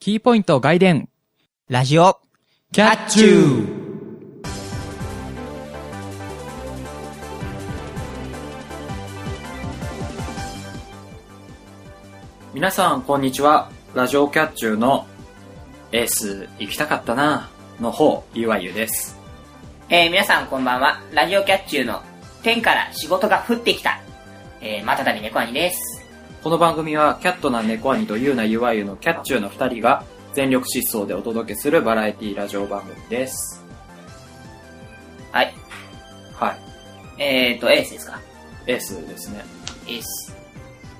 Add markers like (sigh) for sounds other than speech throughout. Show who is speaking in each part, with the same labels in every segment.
Speaker 1: キーポイント外伝、
Speaker 2: ラジオ、
Speaker 1: キャッチュー
Speaker 3: 皆さん、こんにちは。ラジオキャッチューのエース行きたかったなの方、ゆわゆです。
Speaker 2: えー、皆さんこんばんは。ラジオキャッチューの天から仕事が降ってきた。えー、またたび猫兄です。
Speaker 3: この番組は、キャットな猫兄とゆうなゆわゆのキャッチューの二人が全力疾走でお届けするバラエティラジオ番組です。
Speaker 2: はい。
Speaker 3: はい。
Speaker 2: えーと、エースですか
Speaker 3: エースですね。
Speaker 2: エース。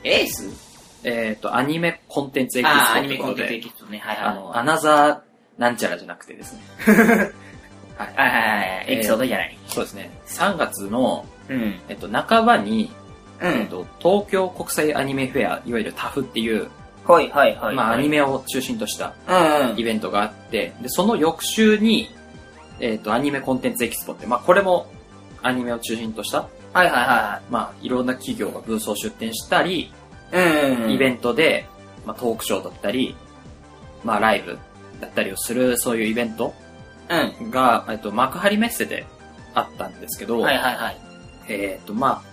Speaker 2: エース
Speaker 3: えっ、と、アニメコンテンツエキス
Speaker 2: あー、
Speaker 3: ト
Speaker 2: ア
Speaker 3: っ
Speaker 2: ニ
Speaker 3: て
Speaker 2: メ
Speaker 3: こ
Speaker 2: コ
Speaker 3: と
Speaker 2: ンテンツ
Speaker 3: で
Speaker 2: エ、キストね。はい、
Speaker 3: あ
Speaker 2: あ
Speaker 3: の、
Speaker 2: の、
Speaker 3: アナザーなんちゃらじゃなくてですね。はい。
Speaker 2: はいはいはい、エピソードじゃない。
Speaker 3: そうですね。3月の、
Speaker 2: うん。うん。
Speaker 3: えっと、半ばに、えっと、東京国際アニメフェア、いわゆるタフっていう、
Speaker 2: はいはいはい。
Speaker 3: まあ、アニメを中心とした
Speaker 2: うんうん
Speaker 3: イ。ベントがあって、で、その翌週に、えっ、と、アニメコンテンツエキスポって、まあ、これもアニメを中心とした、
Speaker 2: はいはいは
Speaker 3: まあ、いろんな企業がブースを出展したり、
Speaker 2: いはい。うんうん。
Speaker 3: イベ
Speaker 2: ン
Speaker 3: ントで、まあ、トークショーだったり、まあ、ライブだったりをする、そういうイベント
Speaker 2: ト。うん。
Speaker 3: が、えっ、と、幕張メッセであったんですけど、
Speaker 2: はいはいはい。
Speaker 3: えっ、と、まあ、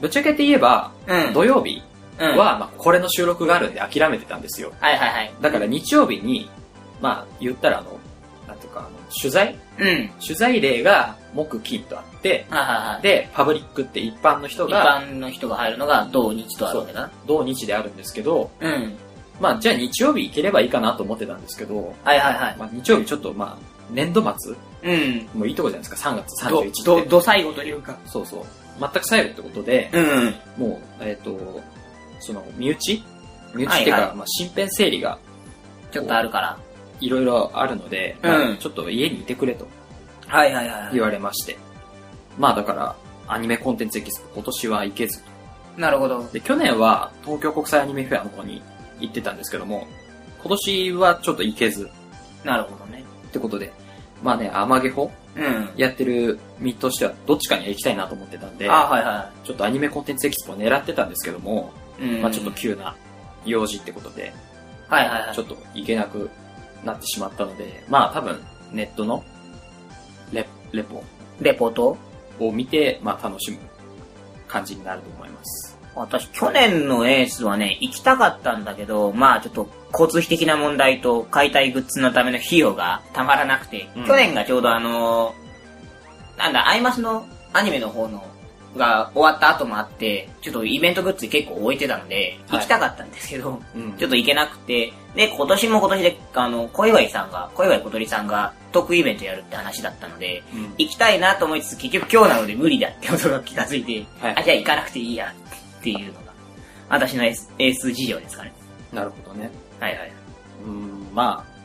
Speaker 3: ぶっちゃけて言えば、
Speaker 2: うん。
Speaker 3: 土曜日
Speaker 2: うん、
Speaker 3: は、まあ、これの収録があるんで諦めてたんですよ。
Speaker 2: はいはいはい。
Speaker 3: だから日曜日に、まあ、言ったらあの、なんていうか、あの、取材
Speaker 2: うん。
Speaker 3: 取材例が木金とあって、
Speaker 2: はいはいはい。
Speaker 3: で、パブリックって一般の人
Speaker 2: 一
Speaker 3: が
Speaker 2: 般の人が入るのが同日とあるわけだな。
Speaker 3: 同日であるんですけど、
Speaker 2: うん。
Speaker 3: まあ、じゃあ日曜日行ければいいかなと思ってたんですけど、
Speaker 2: はいはいはい。
Speaker 3: まあ、日曜日ちょっとまあ、年度末
Speaker 2: うん。
Speaker 3: もういいとこじゃないですか、3月
Speaker 2: ど
Speaker 3: 31日、
Speaker 2: ど、
Speaker 3: って。
Speaker 2: ど最後というか。
Speaker 3: そうそう。全く最後ってことで、
Speaker 2: うん。
Speaker 3: もう、えっ、と、その、身内身内っていうか、
Speaker 2: はいは
Speaker 3: まあ、身辺整理が
Speaker 2: ちょっとあるから。
Speaker 3: いろいろあるので、
Speaker 2: うん
Speaker 3: まあちょっと家にいてくれと。
Speaker 2: はいはいは
Speaker 3: 言われまして。まあだから、アニメコンテンツエキスポ今年は行けず。
Speaker 2: い。なるほど。
Speaker 3: で、去年は東京国際アニメフェアの方に行ってたんですけども、今年はちょっと行けず
Speaker 2: なるほどね。
Speaker 3: ってことで、まあね、アマゲホ
Speaker 2: うん。
Speaker 3: やってる身としてはどっちかには行きたいなと思ってたんで、
Speaker 2: あ、はいは
Speaker 3: ちょっとアニメコンテンツエキスポを狙ってたんですけども、
Speaker 2: い。うん。
Speaker 3: まあちょっと急な用事ってことで、
Speaker 2: はいはいはい。
Speaker 3: ちょっと行けなくなってしまったので、まあ多分ネットのレレポ
Speaker 2: レポート
Speaker 3: を見て、まあ楽しむ感じになると思います。
Speaker 2: 私、去年のエースはね、行きたかったんだけど、まあちょっと、交通費的な問題と解体グッズのための費用がたまらなくて、
Speaker 3: うん
Speaker 2: 去年がちょうどあのーなんだ、アイマスのアニメの方の、が終わった後もあって、ちょっとイベントグッズ結構置いてたので、
Speaker 3: はい
Speaker 2: 行きたかったんですけど、
Speaker 3: うん
Speaker 2: ちょっと行けなくて、で、今年も今年で、あの、小祝さんが、小祝小鳥さんが、特イベントやるって話だったので、
Speaker 3: うん
Speaker 2: 行きたいなと思いつつ、結局今日なので無理だってことが気がついて、
Speaker 3: はい
Speaker 2: あ、じゃあ行かなくていいや、っていうのが、私のエースエース事情ですかね。
Speaker 3: なるほどね。
Speaker 2: はいはい。
Speaker 3: うん、まあ、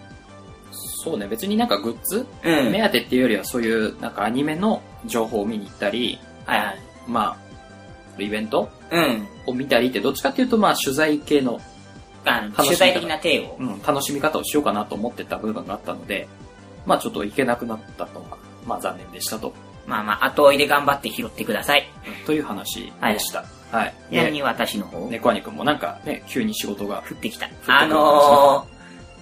Speaker 3: そうね、別になんかグッズ、
Speaker 2: うん。
Speaker 3: 目当てっていうよりはそういうなんかアニメの情報を見に行ったり、
Speaker 2: はいはい。
Speaker 3: まあ、イベント
Speaker 2: うん。
Speaker 3: を見たりってどっちかっていうとまあ取材系の、
Speaker 2: あの、
Speaker 3: 楽しみだな
Speaker 2: 取材的な手を
Speaker 3: う。ん、楽しみ方をしようかなと思ってた部分があったので、まあちょっと行けなくなったのが、まあ残念でしたと、
Speaker 2: まあまあ、後追いで頑張って拾ってください。
Speaker 3: という話でした。はい。
Speaker 2: ちなみに私の方、
Speaker 3: で猫兄くんもなんかね、急に仕事が、
Speaker 2: 降ってきた。
Speaker 3: た
Speaker 2: あの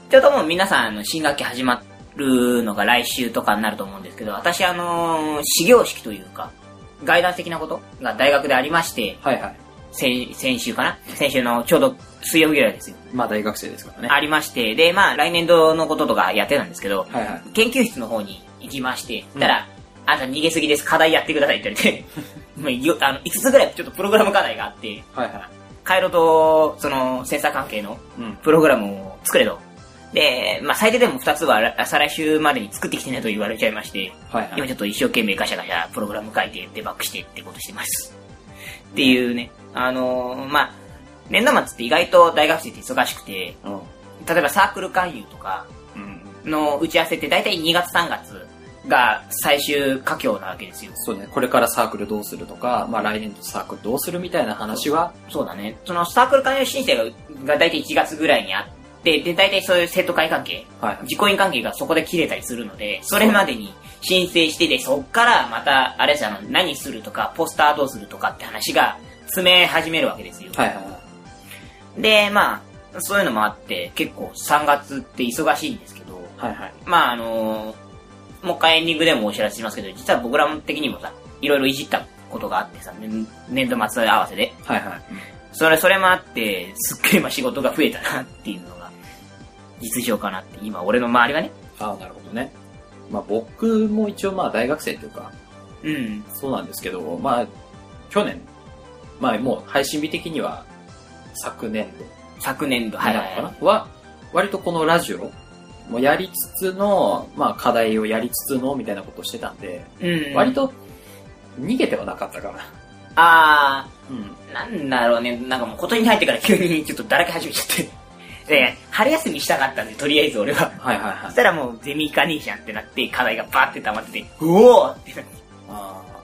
Speaker 2: ー、ちょっともう皆さん、あの、新学期始まるのが来週とかになると思うんですけど、私、あのー、始業式というか、ガイダンス的なことが大学でありまして、
Speaker 3: はいはい。
Speaker 2: 先、先週かな先週のちょうど水曜日ぐらいですよ。
Speaker 3: まあ大学生ですからね。
Speaker 2: ありまして、で、まあ、来年度のこととかやってたんですけど、
Speaker 3: はいはい。
Speaker 2: 研究室の方に行きまして、たら、あんた逃げすぎです、課題やってくださいって言われて、 (laughs) もうよあの、5つぐらいちょっとプログラム課題があって、
Speaker 3: はいはい。
Speaker 2: 回路と、その、センサー関係の
Speaker 3: うん。
Speaker 2: プログラムを作れと。で、まあ、最低でも2つはら再来週までに作ってきてねと言われちゃいまして、
Speaker 3: はいはい
Speaker 2: 今。ちょっと一生懸命ガシャガシャプログラム書いてデバッグしてってことしてます。っていうね、あのーまあ、年度末って意外と大学生って忙しくて、
Speaker 3: うん。
Speaker 2: 例えばサークル勧誘とか
Speaker 3: うん。
Speaker 2: の打ち合わせって大体2月3月が最終佳境なわけですよ。
Speaker 3: そうね、これからサークルどうするとか、まあ来年度サークルどうするみたいな話は、
Speaker 2: そうだね。そのサークル勧誘申請がが大体1月ぐらいにあって、で、大体そういう生徒会関係、
Speaker 3: はい。
Speaker 2: 自己員関係がそこで切れたりするので、それまでに申請してで、そっからまた、あれですあの、何するとか、ポスターどうするとかって話が詰め始めるわけですよ。
Speaker 3: はいはいはい。
Speaker 2: で、まあ、そういうのもあって、結構3月って忙しいんですけど、
Speaker 3: はいはい。
Speaker 2: まああのーもう一回エンディングでもお知らせしますけど、実は僕ら的にもさ、いろいろいじったことがあってさ、年年度末合わせで。
Speaker 3: はいはい。
Speaker 2: それ、それもあって、すっげえ今仕事が増えたなっていうのが、実情かなって、今俺の周りがね。
Speaker 3: ああ、なるほどね。まあ僕も一応まあ大学生というか、
Speaker 2: うん。
Speaker 3: そうなんですけど、まあ、去年、まあもう配信日的には昨年度
Speaker 2: 昨年度、は
Speaker 3: に
Speaker 2: いは
Speaker 3: なるのか
Speaker 2: い
Speaker 3: な、
Speaker 2: は
Speaker 3: は、割とこのラジオもやりつつの、まあ課題をやりつつのみたいなことをしてたんで、
Speaker 2: い。うん。
Speaker 3: 割。と逃げてはなかったかな。
Speaker 2: あ
Speaker 3: うん。
Speaker 2: ー、なんだろうね、なんかもう今年に入ってから急にちょっとだらけ始めちゃって。 (laughs) で、春休みしたかったんで、とりあえず俺は。
Speaker 3: はいはいは
Speaker 2: そ
Speaker 3: い
Speaker 2: し。たらもうゼミ行かねえじゃんってなって、課題がバーって溜まってて、うおーってなって。
Speaker 3: ああ。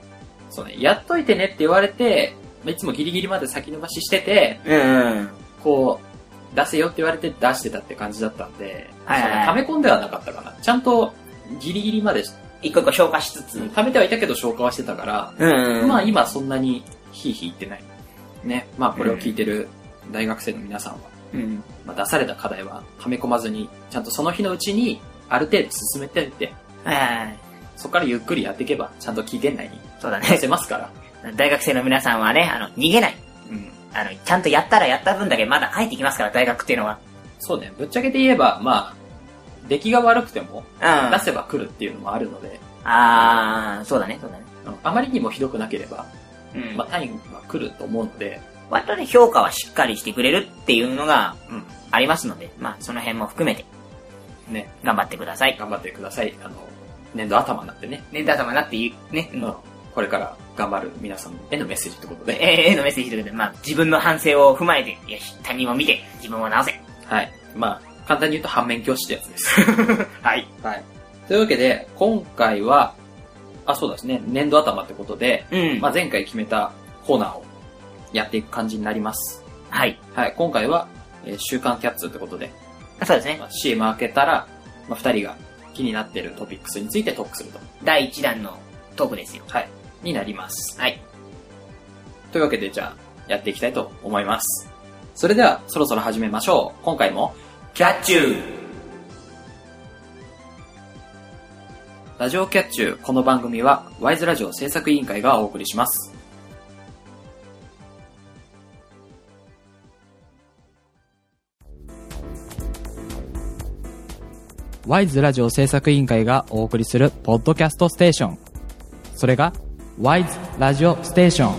Speaker 3: そうね、やっといてねって言われて、まあいつもギリギリまで先延ばししてて、
Speaker 2: うん。
Speaker 3: こう、出せよって言われて出してたって感じだったんで、
Speaker 2: はいはいはい
Speaker 3: その溜め込んではなかったかな。ちゃんとギリギリまで、
Speaker 2: 一個一個消化しつつ。
Speaker 3: 溜めてはいたけど消化はしてたから、
Speaker 2: うん
Speaker 3: まあ
Speaker 2: い。
Speaker 3: 今そんなにヒーヒー言ってない。ね、まあこれを聞いてる大学生の皆さんは、
Speaker 2: うん。
Speaker 3: まあ、出された課題は溜め込まずに、ちゃんとその日のうちにある程度進めてって、
Speaker 2: はいはいはい。そ
Speaker 3: そこからゆっくりやっていけば、ちゃんと期限内に
Speaker 2: そうだ
Speaker 3: 出
Speaker 2: ね。 (laughs)
Speaker 3: せますから。
Speaker 2: 大学生の皆さんはね、あの、逃げない。
Speaker 3: うん。
Speaker 2: あの、ちゃんとやったらやった分だけまだ入ってきますから、大学っていうのは。
Speaker 3: そうね、ぶっちゃけて言えば、まあ、出来が悪くても、
Speaker 2: うん。
Speaker 3: 出せば来るっていうのもあるので、
Speaker 2: あー、そうだね、そうだね。
Speaker 3: うんあまりにもひどくなければ、
Speaker 2: うん。
Speaker 3: まあ、単位は来ると思うので、
Speaker 2: 割とね、評価はしっかりしてくれるっていうのが
Speaker 3: うん、
Speaker 2: ありますので、まあ、その辺も含めて
Speaker 3: ね、
Speaker 2: 頑張ってください。
Speaker 3: 頑張ってください。あの、年度頭になってね、
Speaker 2: ね、だ様なっていう、ね、
Speaker 3: うん、これから頑張る皆さんへのメッセージってことで、
Speaker 2: えー、のメッセージということで、まあ、自分の反省を踏まえて、よし、他人を見て、自分を直せ。
Speaker 3: はい。まあ、簡単に言うと反面教師ってやつです。
Speaker 2: はい。
Speaker 3: はい。というわけで、今回は、あ、そうですね、年度頭ってことで、
Speaker 2: うん。
Speaker 3: まあ、前回決めたコーナーをやっていく感じになります。
Speaker 2: はい。
Speaker 3: はい、今回は、えー週刊キャッツってことで、
Speaker 2: そうですね。
Speaker 3: まあ、CM 開けたら、まあ、2人が気になっているトピックスについてトークすると。
Speaker 2: 第1弾のトークですよ。
Speaker 3: はい。になります。
Speaker 2: はい。
Speaker 3: というわけで、じゃあ、やっていきたいと思います。それでは、そろそろ始めましょう。今回も、
Speaker 2: キャッチュー
Speaker 3: ラジオキャッチュー、この番組は、ワイズラジオ制作委員会がお送りします。
Speaker 1: ワイズラジオ制作委員会がお送りするポッドキャストステーション。それが、ワイズラジオステーション。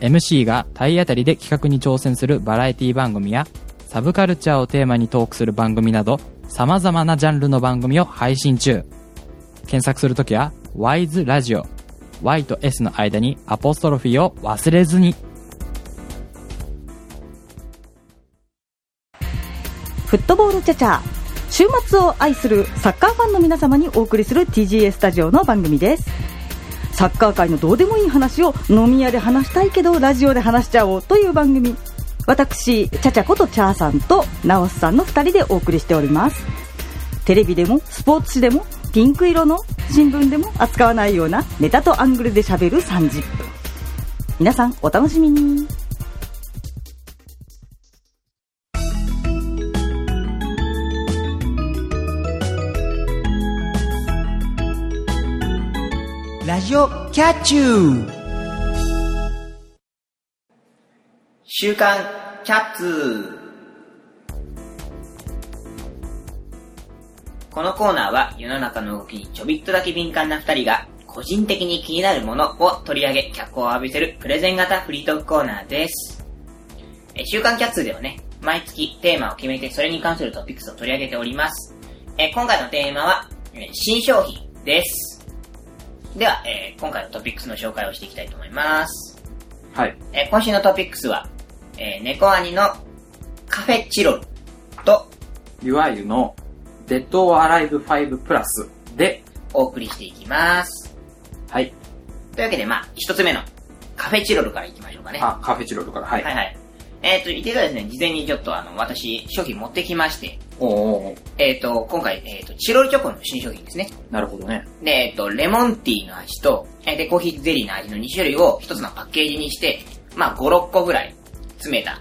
Speaker 1: MC が体当たりで企画に挑戦するバラエティ番組や、サブカルチャーをテーマにトークする番組など、様々なジャンルの番組を配信中。検索するときは、ワイズラジオ。Y と S の間にアポストロフィーを忘れずに。
Speaker 4: フットボールチャチャ週末を愛するサッカーファンの皆様にお送りする TGA スタジオの番組ですサッカー界のどうでもいい話を飲み屋で話したいけどラジオで話しちゃおうという番組私チャチャことチャーさんとナオスさんの2人でお送りしておりますテレビでもスポーツ紙でもピンク色の新聞でも扱わないようなネタとアングルで喋る30分皆さんお楽しみに
Speaker 1: ラジオキャッチュー
Speaker 2: 週刊キャッツこのコーナーは世の中の動きにちょびっとだけ敏感な二人が個人的に気になるものを取り上げ脚光を浴びせるプレゼン型フリートークコーナーです。え週刊キャッツではね、毎月テーマを決めてそれに関するトピックスを取り上げております。え今回のテーマはえ新商品です。では、えー今回のトピックスの紹介をしていきたいと思います。
Speaker 3: はい。
Speaker 2: えー今週のトピックスは、えー、猫兄のカフェチロルと
Speaker 3: いわゆるの、デッドアライブ5プラスで、
Speaker 2: お送りしていきます。
Speaker 3: はい。
Speaker 2: というわけで、まあ、一つ目のカフェチロルからいきましょうかね。は
Speaker 3: あ、カフェチロルから、はい
Speaker 2: い。はい。えっ、と、言ってたですね、事前にちょっとあの、私、商品持ってきまして、
Speaker 3: おーおーおー
Speaker 2: えっ、と、今回、えっ、と、チロルチョコの新商品ですね。
Speaker 3: なるほどね。
Speaker 2: で、えっ、と、レモンティーの味と、えーで、コーヒーゼリーの味の2種類を一つのパッケージにして、まあ、5、6個ぐらい詰めた、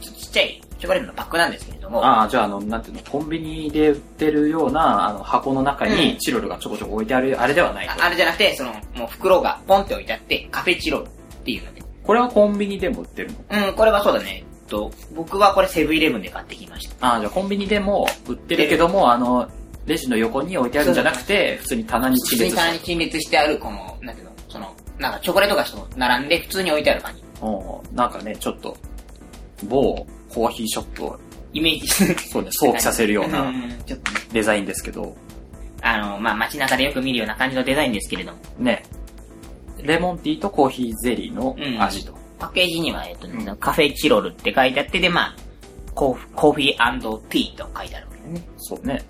Speaker 2: ちょっとちっちゃいチョコレートのパックなんですけれども、
Speaker 3: ああ、じゃあ、あの、なんていうの、コンビニで売ってるような、あの、箱の中にチロルがちょこちょこ置いてある、あれではない
Speaker 2: あ
Speaker 3: と。
Speaker 2: あれじゃなくて、その、もう袋がポンって置いてあって、カフェチロルっていうので。
Speaker 3: これはコンビニでも売ってるの
Speaker 2: うん、これはそうだね。えっと、僕はこれセブンイレブンで買ってきました。
Speaker 3: ああ、じゃあコンビニでも売ってるけども、あの、レジの横に置いてあるんじゃなくて、普通に棚に
Speaker 2: 普
Speaker 3: 陳
Speaker 2: 通
Speaker 3: 列
Speaker 2: に
Speaker 3: して
Speaker 2: 棚に陳列してある、この、なんていうの、その、なんかチョコレート菓子と並んで普通に置いてある感じ。
Speaker 3: うんなんかね、ちょっと、某コーヒーショップを、
Speaker 2: イメージす
Speaker 3: (laughs)
Speaker 2: る。
Speaker 3: そうね、想起させるよう
Speaker 2: う
Speaker 3: なん
Speaker 2: ちょっとね、
Speaker 3: デザインですけど、
Speaker 2: あの、まあ、街中でよく見るような感じのデザインですけれども、
Speaker 3: ね、レモンティーとコーヒーゼリーの味と。
Speaker 2: パッケージには、えっとね、カフェチロルって書いてあって、で、まあ、コーヒーコーヒーティーと書いてあるわけだね。
Speaker 3: そうね。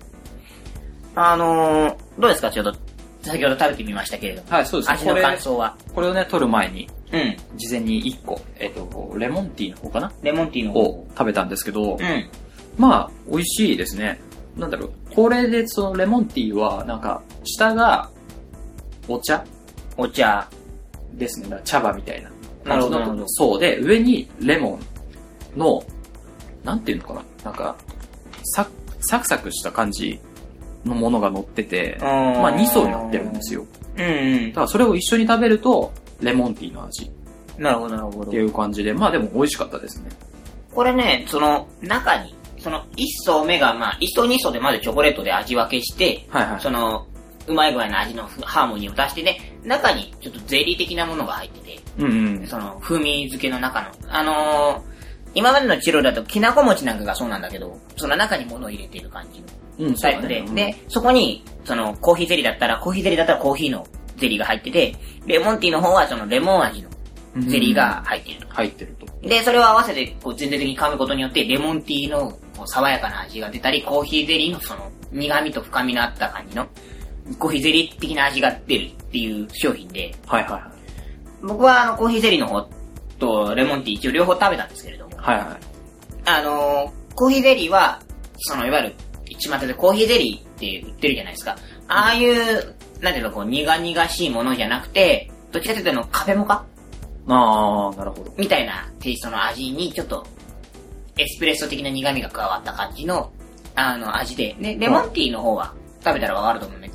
Speaker 2: あのー、どうですかちょっと、先ほど食べてみましたけれども。
Speaker 3: はい、そうです
Speaker 2: 味
Speaker 3: こ
Speaker 2: の
Speaker 3: れ、
Speaker 2: 感想は。
Speaker 3: これをね、取る前に、
Speaker 2: うん。
Speaker 3: 事前に1個、えっ、と、レモンティーの方かな
Speaker 2: レモンティーの方。
Speaker 3: を食べたんですけど、
Speaker 2: うん。
Speaker 3: まあ、美味しいですね。なんだろう、これでそのレモンティーは、なんか、下が、お茶
Speaker 2: お茶。
Speaker 3: ですね。だから茶葉みたいな。
Speaker 2: なるほ
Speaker 3: 感
Speaker 2: ど
Speaker 3: じの
Speaker 2: なるほど
Speaker 3: そうで、上にレモンの、なんていうのかななんか、サクサクサクした感じのものが乗ってて、ま
Speaker 2: ま
Speaker 3: あ2層になってるんです
Speaker 2: よ。
Speaker 3: よ。
Speaker 2: うん
Speaker 3: だからそれを一緒に食べると、レモンティーの味っ
Speaker 2: うん。なるほど、なるほど
Speaker 3: てい。う感じで、まあでも美味しかったですね。
Speaker 2: これね、その、中に、その、1層目が、まあ、1層2層でまずチョコレートで味分けして、
Speaker 3: はいはい。
Speaker 2: その、うまい具合の味のハーモニーを出してね、中にちょっとゼリー的なものが入ってて、
Speaker 3: うんうん。
Speaker 2: その、風味付けの中の。あのー、今までのチロルだときなこ餅なんかがそうなんだけど、その中に物を入れている感じの
Speaker 3: うん、
Speaker 2: タ
Speaker 3: そう
Speaker 2: イ
Speaker 3: だ
Speaker 2: プで、
Speaker 3: ね。うん
Speaker 2: で、そこに、その、コーヒーゼリーだったら、コーヒーゼリーだったらコーヒーのゼリーが入ってて、レモンティーの方はそのレモン味のゼリーが入っていると。
Speaker 3: 入ってると。
Speaker 2: で、それを合わせて、こう、全体的に噛むことによって、レモンティーの、こう、爽やかな味が出たり、コーヒーゼリーの、その、苦味と深みのあった感じの、コーヒーゼリー的な味が出るっていう商品で、
Speaker 3: はいはいはい。
Speaker 2: 僕は、あの、コーヒーゼリーの方と、レモンティー一応両方食べたんですけれども、
Speaker 3: はいはい。
Speaker 2: あのーコーヒーゼリーは、その、いわゆる、一番でコーヒーゼリーって売ってるじゃないですか。ああいう、なんていうの、こう、苦々しいものじゃなくて、どっちかというとあの、カフェモカ
Speaker 3: ああ、なるほど。
Speaker 2: みたいなテイストの味に、ちょっと、エスプレッソ的な苦味が加わった感じの、あの、味で。ね、レモンティーの方は、食べたらわかると思うんだ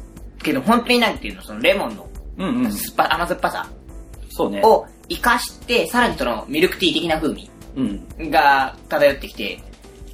Speaker 2: けど、本当になんていうの、そのレモンの
Speaker 3: うんうん。
Speaker 2: 酸っぱ、甘酸っぱさ
Speaker 3: そうね。
Speaker 2: を活かして、さらにその、ミルクティー的な風味
Speaker 3: うん。
Speaker 2: が漂ってきて、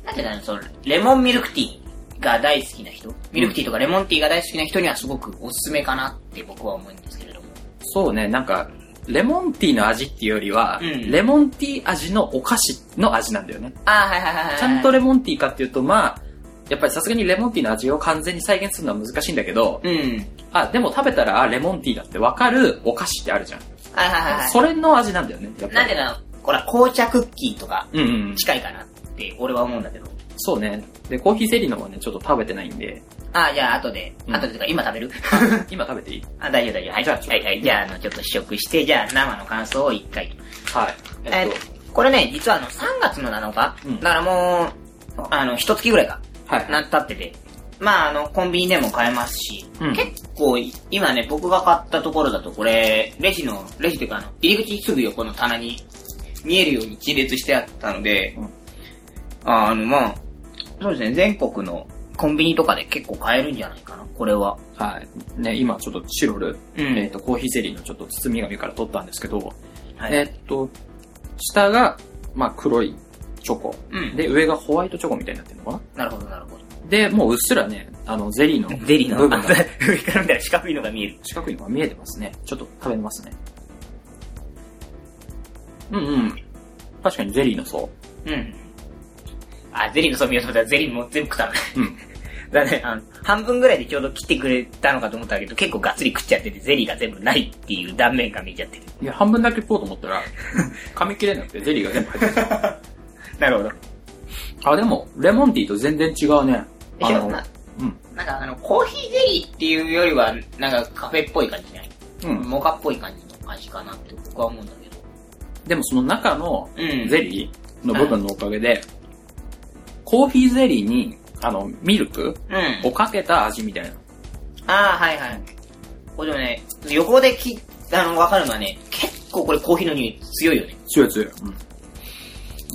Speaker 2: なんていうの、その、レモンミルクティーが大好きな人、ミルクティーとかレモンティーが大好きな人にはすごくおすすめかなって僕は思うんですけれども。
Speaker 3: そうね、なんか、レモンティーの味っていうよりは、
Speaker 2: うん
Speaker 3: レモンティー味のお菓子の味なんだよね。
Speaker 2: ああ、はいはいはいはい。
Speaker 3: ちゃんと
Speaker 2: レ、
Speaker 3: レモンティーかっていうと、まあ、やっぱりさすがにレモンティーの味を完全に再現するのは難しいんだけど、
Speaker 2: うん。
Speaker 3: あ、でも食べたら、あ、レモンティーだってわかるお菓子ってあるじゃん。
Speaker 2: はいはいはいはい。
Speaker 3: それの味なんだよね、やっぱり
Speaker 2: なんでなのほら、紅茶クッキーとか
Speaker 3: うんうん。
Speaker 2: 近いかなって俺は思うんだけど。
Speaker 3: そうね。で、コーヒーゼリーの方はね、ちょっと食べてないんで、
Speaker 2: ああ、じゃあ後で、
Speaker 3: うん
Speaker 2: 後でとか今食べる
Speaker 3: 今食べていい
Speaker 2: あ、大丈夫大丈夫。はい、
Speaker 3: じゃあ
Speaker 2: はいはい。じゃあ、あの、ちょっと試食して、じゃあ生の感想を一回。
Speaker 3: はい。
Speaker 2: え
Speaker 3: えっと、
Speaker 2: これね、実はあの、3月の7日、
Speaker 3: うん
Speaker 2: だからもう、あの、一月ぐらいか、
Speaker 3: はい。
Speaker 2: な、経ってて。まあ、あの、コンビニでも買えますし、
Speaker 3: うん
Speaker 2: 結構、今ね、僕が買ったところだと、これ、レジの、レジというか、あの、入り口すぐ横の棚に見えるように陳列してあったので、
Speaker 3: うん
Speaker 2: ああの、まあ、そうですね、全国のコンビニとかで結構買えるんじゃないかな、これは。
Speaker 3: はい。ね、今ちょっとチロル、
Speaker 2: うん
Speaker 3: えっと、コーヒーゼリーのちょっと包み紙から取ったんですけど、
Speaker 2: はい
Speaker 3: えっと、下が、まあ、黒いチョコ。
Speaker 2: うん
Speaker 3: で、上がホワイトチョコみたいになってるのかな
Speaker 2: なるほど、なるほど。
Speaker 3: で、もううっすらね、あの、ゼリーの
Speaker 2: ゼリーの、
Speaker 3: 部
Speaker 2: 上
Speaker 3: 分が
Speaker 2: (laughs) から見たら四角いのが見える。
Speaker 3: 四角いのが見えてますね。ちょっと食べますね。うんうん。確かにゼリーの層。
Speaker 2: うん。あ、ゼリーの装備をと思ったらゼリーも全部食べた。
Speaker 3: うん。
Speaker 2: だね、あの、半分ぐらいでちょうど切ってくれたのかと思ったけど、結構がっつり食っちゃってて、ゼリーが全部ないっていう断面が見えちゃってる。
Speaker 3: いや、半分だけ食おうと思った
Speaker 2: (laughs)
Speaker 3: ら、噛み切れなくてゼリーが全部入ってる。
Speaker 2: なるほど。
Speaker 3: あ、でも、レモンティーと全然違うね。
Speaker 2: で
Speaker 3: あ
Speaker 2: し
Speaker 3: の
Speaker 2: ょ、な
Speaker 3: うん。
Speaker 2: なんかあの、コーヒーゼリーっていうよりは、なんかカフェっぽい感じじゃない、
Speaker 3: うん
Speaker 2: モカっぽい感じの味かなって僕は思うんだけど。
Speaker 3: でもその中の
Speaker 2: うん
Speaker 3: ゼリーの部分のおかげで、コーヒーゼリーに、あの、ミルク
Speaker 2: うん。
Speaker 3: をかけた味みたいな。
Speaker 2: ああ、はいはい。これでもね、横でき、あの、わかるのはね、結構これコーヒーの匂い強いよね。
Speaker 3: 強い強い。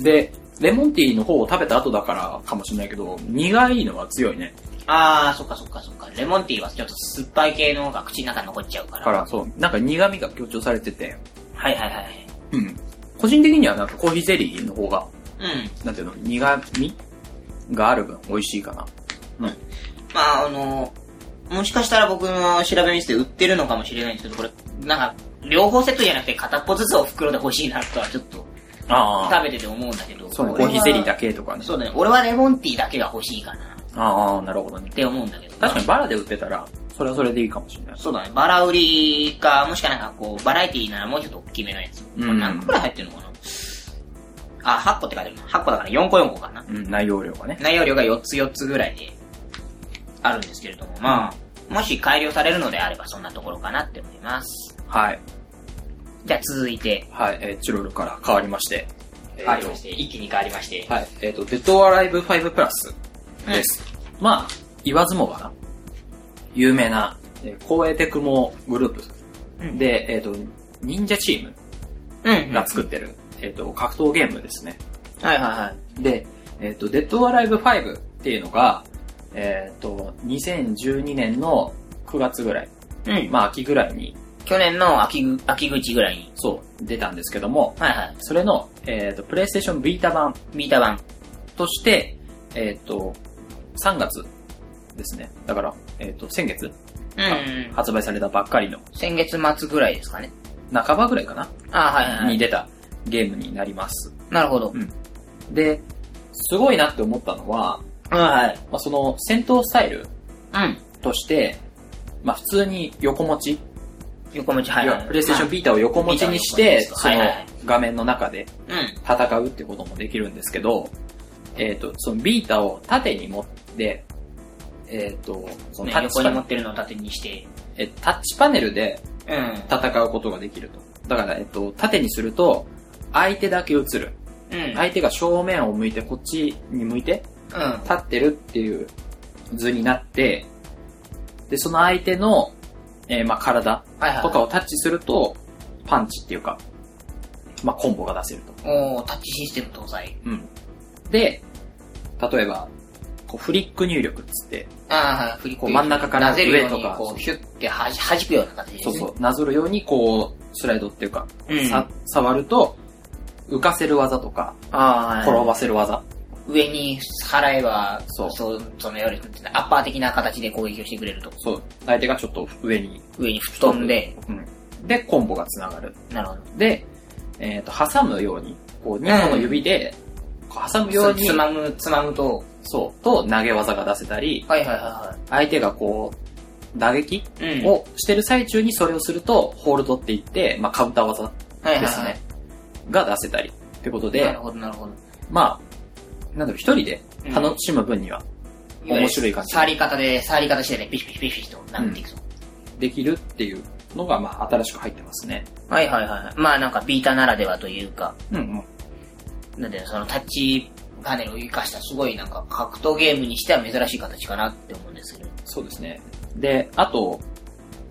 Speaker 3: うん。で、レモンティーの方を食べた後だからかもしれないけど、苦いのは強いね。
Speaker 2: あー、そっかそっかそっか。レモンティーはちょっと酸っぱい系の方が口の中に残っちゃうから。
Speaker 3: だから、そう、なんか苦味が強調されてて、
Speaker 2: はいはいはい。
Speaker 3: うん。個人的にはなんかコーヒーゼリーの方が、
Speaker 2: うん。
Speaker 3: なんていうの、苦味がある分美味しいかな。
Speaker 2: まああの、もしかしたら僕の調べミスで売ってるのかもしれないんですけど、これ、なんか、両方セットじゃなくて片っぽずつお袋で欲しいなとはちょっと
Speaker 3: あ
Speaker 2: 食べてて思うんだけど。
Speaker 3: そうね、コ
Speaker 2: 俺
Speaker 3: ー
Speaker 2: は
Speaker 3: ヒーゼリーだけとかね。
Speaker 2: そうだね、俺はレモンティーだけが欲しいかなっ
Speaker 3: ああ、なるほどね。
Speaker 2: て思うんだけど。
Speaker 3: 確かにバラで売ってたら、それはそれでいいかもしれない。
Speaker 2: そうだね、バラ売りか、もしかなんかこう、バラエティーならもうちょっと大きめのやつ。こ
Speaker 3: うん
Speaker 2: れ何個くらい入ってるのかなあ、8個って書いてあるな。8個だから4個4個かな。
Speaker 3: うん、内容量がね。
Speaker 2: 内容量が4つ4つぐらいで、あるんですけれども、まあ、もし改良されるのであればそんなところかなって思います。
Speaker 3: はい。
Speaker 2: じゃあ続いて、
Speaker 3: はい、えーチロルから変わりまして。
Speaker 2: 変
Speaker 3: は
Speaker 2: わ
Speaker 3: い
Speaker 2: りまして、一気に変わりまして。
Speaker 3: はい、えっ、と、デッドアライブ5プラスです。まあ、言わずもがな、有名な、えー、光栄テクモグルー
Speaker 2: うん
Speaker 3: プで、えっ、と、忍者チー
Speaker 2: うん。
Speaker 3: ム
Speaker 2: は
Speaker 3: が作ってる、えっ、と、格闘ゲームですね。
Speaker 2: いはいはい。
Speaker 3: で、えっ、と、デッドアライブ5っていうのが、えっ、と、2012年の9月ぐらい、
Speaker 2: うん。
Speaker 3: まあ、秋ぐらいに、
Speaker 2: 去年の秋ぐ、秋口ぐらいに。
Speaker 3: そう、出たんですけども、
Speaker 2: はいはい。
Speaker 3: それの、えっ、と、プレイステーションビータ版
Speaker 2: ビータ版。
Speaker 3: として、えっ、と、3月ですね。だから、えっ、と、先月
Speaker 2: うんうん。
Speaker 3: 発売されたばっかりの
Speaker 2: 先月末ぐらいですかね。
Speaker 3: 半ばぐらいかな、
Speaker 2: あはいはいは
Speaker 3: に
Speaker 2: い。
Speaker 3: 出たゲームになります。
Speaker 2: なるほど。
Speaker 3: で、すごいなって思ったのは、
Speaker 2: はいはい。
Speaker 3: まあ、その戦闘スタイル
Speaker 2: うん。
Speaker 3: として、まあ普通に横持ち、
Speaker 2: 横持ち、はいい、
Speaker 3: わ
Speaker 2: は
Speaker 3: ゆ
Speaker 2: い。
Speaker 3: るプレイステーションビータを横持ちにして、
Speaker 2: ビー
Speaker 3: その
Speaker 2: タを横持ちですはいはい
Speaker 3: 画面の中で
Speaker 2: うん。
Speaker 3: 戦うってこともできるんですけど、えっ、と、そのビータを縦に持って、えっ、と、その
Speaker 2: ね
Speaker 3: タッチパ
Speaker 2: 横に
Speaker 3: ネ
Speaker 2: 持
Speaker 3: ル
Speaker 2: っ、てるのを縦にして。
Speaker 3: えタッチパネルで
Speaker 2: うん。
Speaker 3: 戦うことができると。だから、えっと、縦にすると、相手だけ映る。
Speaker 2: うん。い。
Speaker 3: 相手が正面を向いて、こっちに向いて、
Speaker 2: うん。
Speaker 3: 立ってるっていう図になって、で、その相手の、えーまあ、体
Speaker 2: はいはい。
Speaker 3: とかをタッチすると、パンチっていうか、まあ、コンボが出せると。
Speaker 2: おー、タッチシステム搭載。
Speaker 3: うん。で、例えば、こうフリック入力っつって、
Speaker 2: あーはい。振り
Speaker 3: こう真ん中から
Speaker 2: なぜるよ
Speaker 3: 上
Speaker 2: う
Speaker 3: と
Speaker 2: に
Speaker 3: か
Speaker 2: こう、ヒュッてはじ、弾くような形です
Speaker 3: そう
Speaker 2: ね。
Speaker 3: そう、なぞるように、こう、スライドっていうか、
Speaker 2: うん。
Speaker 3: さ触ると、浮かせる技とか、
Speaker 2: あー
Speaker 3: 転
Speaker 2: はい
Speaker 3: ばせる技
Speaker 2: 上に払えば、
Speaker 3: そう
Speaker 2: そう、そのより、アッパー的な形で攻撃をしてくれると。
Speaker 3: そう、相手がちょっと上に、
Speaker 2: 上に吹っ飛んで、
Speaker 3: うん。で、コンボがつながる。
Speaker 2: なるほど。
Speaker 3: で、えっ、と、挟むように、こう、2本の指で、こう挟むよう
Speaker 2: つ
Speaker 3: に
Speaker 2: つ、まむ、つまむと、
Speaker 3: そう、と投げ技が出せたり、
Speaker 2: はいはいは
Speaker 3: 相手がこう、打撃
Speaker 2: いはい。うん。
Speaker 3: をしてる最中にそれをすると、ホールドっていって、まあ、カウンター技
Speaker 2: はいはいはい
Speaker 3: ですね。。が出せたり。ってこと
Speaker 2: な
Speaker 3: で
Speaker 2: る、ほどなるほど。
Speaker 3: まあ、なんだろう、一人で楽しむ分には面白い感じ
Speaker 2: 触り方で、触り方してね、ピシピシピシピシと殴っていくと。
Speaker 3: できるっていうのが、まあ、新しく入ってますね。
Speaker 2: はいはいはい。まあなんかビータならではというか、
Speaker 3: うんうん。
Speaker 2: なんでそのタッチパネルを活かしたすごいなんか格闘ゲームにしては珍しい形かなって思うんですけど。
Speaker 3: そうですね。で、あと、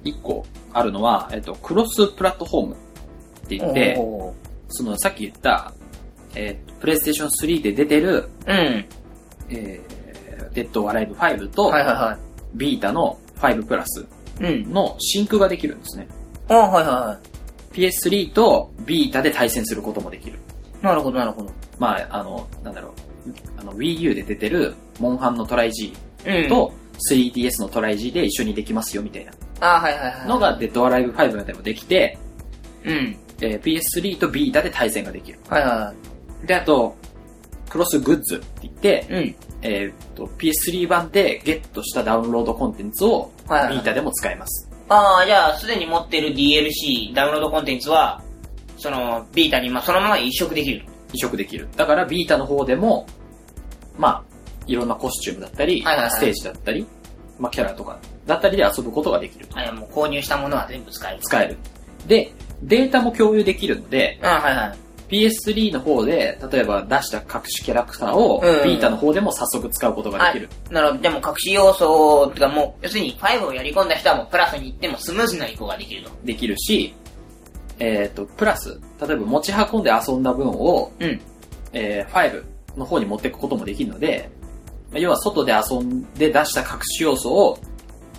Speaker 3: 一個あるのは、えっと、クロスプラットフォームって言って、
Speaker 2: おー
Speaker 3: そのさっき言った、えー、プレイステーション3で出てる、
Speaker 2: うん。
Speaker 3: えー、デッドアライブ5と、
Speaker 2: はいはいは
Speaker 3: ビータの5プラス
Speaker 2: い。うん。
Speaker 3: のシンクができるんですね。
Speaker 2: あはいはいは
Speaker 3: PS3 とビータで対戦することもできる。
Speaker 2: い。なるほどなるほど。
Speaker 3: まあ、あの、なんだろう、あの Wii U で出てる、モンハンのトライ G
Speaker 2: うん。
Speaker 3: と、3DS のトライ G で一緒にできますよ、みたいな
Speaker 2: あはいはいはい。
Speaker 3: のが、デッドアライブ5でもできて、
Speaker 2: うん。
Speaker 3: えー PS3 とビータで対戦ができる。
Speaker 2: はいは
Speaker 3: で、あと、クロスグッズって言って
Speaker 2: い、はい。うん。
Speaker 3: えーっと、PS3 版でゲットしたダウンロードコンテンツをビ
Speaker 2: はいはい
Speaker 3: ータでも使えます。
Speaker 2: ああ、じゃあ、すでに持ってる DLC、ダウンロードコンテンツは、その、ビータに、まあ、そのまま移植できる。
Speaker 3: 移植できる。だからビータの方でも、まあ、いろんなコスチュームだったり、
Speaker 2: はいはいはい
Speaker 3: ステージだったり、まあ、キャラとかだったりで遊ぶことができると。
Speaker 2: あいやもう購入したものは全部使える。
Speaker 3: 使える。で、データも共有できるので、
Speaker 2: あはいはい。
Speaker 3: PS3 の方で、例えば出した各種キャラクターを
Speaker 2: うん、
Speaker 3: ビータの方でも早速使うことができる。
Speaker 2: なるほど。でも隠し要素とかもう、要するに5をやり込んだ人はもうプラスに行ってもスムーズな移行ができると。
Speaker 3: できるし、えっ、と、プラス、例えば持ち運んで遊んだ分を、
Speaker 2: うん。
Speaker 3: えー、5の方に持っていくこともできるので、まあ要は外で遊んで出した隠し要素を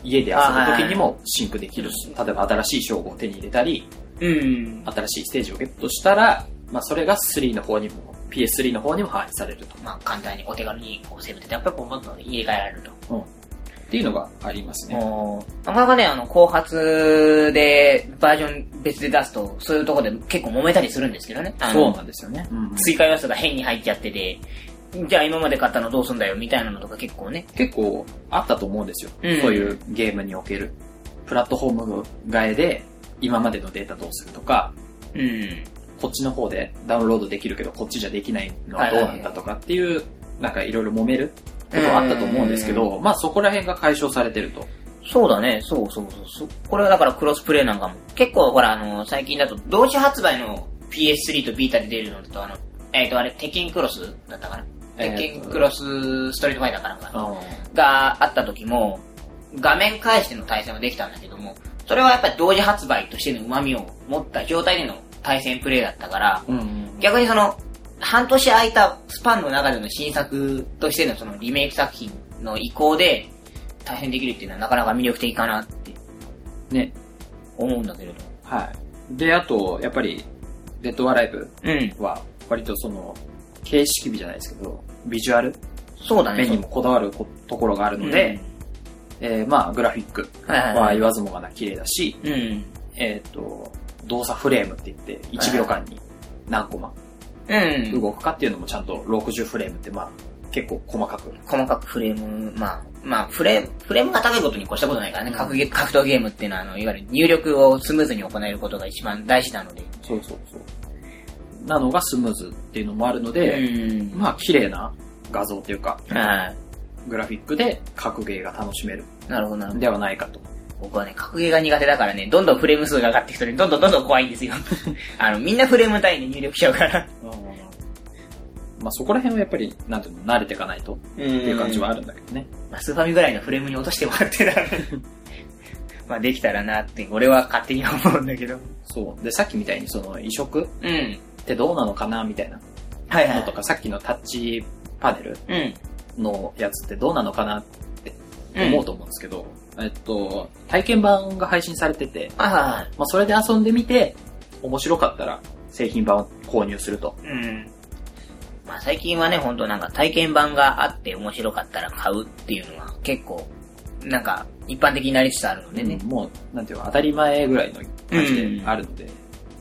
Speaker 3: 家で遊ぶ時にもシンクできるし、例えば新しい称号を手に入れたり、
Speaker 2: うん。
Speaker 3: 新しいステージをゲットしたら、まあそれが3の方にも、PS3 の方にも反映されると。
Speaker 2: まあ、簡単にお手軽にこうセーブでやっぱりこう、どんどん入れ替えられると。
Speaker 3: っていうのがありますね。
Speaker 2: おーなかなかね、あの、後発で、バージョン別で出すと、そういうとこで結構揉めたりするんですけどね。あの
Speaker 3: そうなんですよね。
Speaker 2: 追加要素が変に入っちゃってて、じゃあ今まで買ったのどうすんだよ、みたいなのとか結構ね。
Speaker 3: 結構あったと思うんですよ、
Speaker 2: うん
Speaker 3: そういうゲームにおける。プラットフォーム替えで今までのデータどうするとか、
Speaker 2: うん。
Speaker 3: こっちの方でダウンロードできるけどこっちじゃできないのはどうなんだとかっていう、なんかいろいろ揉めることはあったと思うんですけど、まあそこら辺が解消されてると。
Speaker 2: そうだね、そうそうそうそう。これはだからクロスプレイなんかも。結構ほら、あの、最近だと同時発売の PS3 とビータで出るのだと、あの、えっ、と、あれ、鉄拳クロスだったかな
Speaker 3: えー
Speaker 2: 鉄
Speaker 3: と
Speaker 2: 拳クロスストリートファイターかなんか
Speaker 3: あ
Speaker 2: があった時も、画面返しての対戦はできたんだけども、それはやっぱり同時発売としての旨味を持った状態での対戦プレイだったから、
Speaker 3: うん。
Speaker 2: 逆にその、半年空いたスパンの中での新作としてのそのリメイク作品の移行で大変できるっていうのはなかなか魅力的かなって
Speaker 3: ね。
Speaker 2: 思うんだけれど。
Speaker 3: はい。で、あと、やっぱり、デッドアライブ
Speaker 2: うん。
Speaker 3: は割とその、形式美じゃないですけど、ビジュアル
Speaker 2: そうだね。
Speaker 3: 面にもこだわることころがあるので、えーまあグラフィック
Speaker 2: うん、はいはい
Speaker 3: は
Speaker 2: はい。
Speaker 3: 言わずもがな綺麗だし、
Speaker 2: うん。
Speaker 3: えっ、と、動作フレームって言って、1秒間に何コマ
Speaker 2: うん。
Speaker 3: 動くかっていうのもちゃんと60フレームって、まあ、結構細かく。
Speaker 2: 細かくフレーム、まあ、まあ、フレーム、フレームが高いことに越したことないからね、格ゲ格闘ゲームっていうのは、あの、いわゆる入力をスムーズに行えることが一番大事なので。
Speaker 3: そうそうそう。なのがスムーズっていうのもあるの
Speaker 2: う
Speaker 3: で、
Speaker 2: ん。
Speaker 3: まあ、綺麗な画像というか、
Speaker 2: はい。
Speaker 3: グラフィックで格ゲーが楽しめる
Speaker 2: なるほど、なるほ
Speaker 3: ん
Speaker 2: ど。
Speaker 3: ではないかと。
Speaker 2: 僕はね、格ゲーが苦手だからね、どんどんフレーム数が上がっていくとね、どんどんどんどん怖いんですよ。 (laughs) あの、みんなフレーム単位で入力しちゃうから。
Speaker 3: まあ、そこら辺はやっぱり、なんていうの、慣れていかないと
Speaker 2: うん。
Speaker 3: っていう感じはあるんだけどね。
Speaker 2: まあ、スーファミぐらいのフレームに落としてもらってたら、 (laughs) まあ、できたらなって、俺は勝手に思うんだけど。
Speaker 3: そう。で、さっきみたいにその移植っ
Speaker 2: うん。
Speaker 3: てどうなのかなみたいな
Speaker 2: はいは
Speaker 3: のと
Speaker 2: い。
Speaker 3: か、さっきのタッチパネル
Speaker 2: うん。
Speaker 3: のやつってどうなのかなって
Speaker 2: うん
Speaker 3: 思うと思うんですけど、えっと、体験版が配信されてて、
Speaker 2: はいは
Speaker 3: まあ、それで遊んでみて、面白かったら製品版を購入すると。
Speaker 2: いはい。うん。まあ、最近はね、ほんとなんか体験版があって面白かったら買うっていうのは結構、なんか、一般的になりつつあるので
Speaker 3: で
Speaker 2: ね
Speaker 3: ね、。もう、なんていうか、当たり前ぐらいの感じであるので、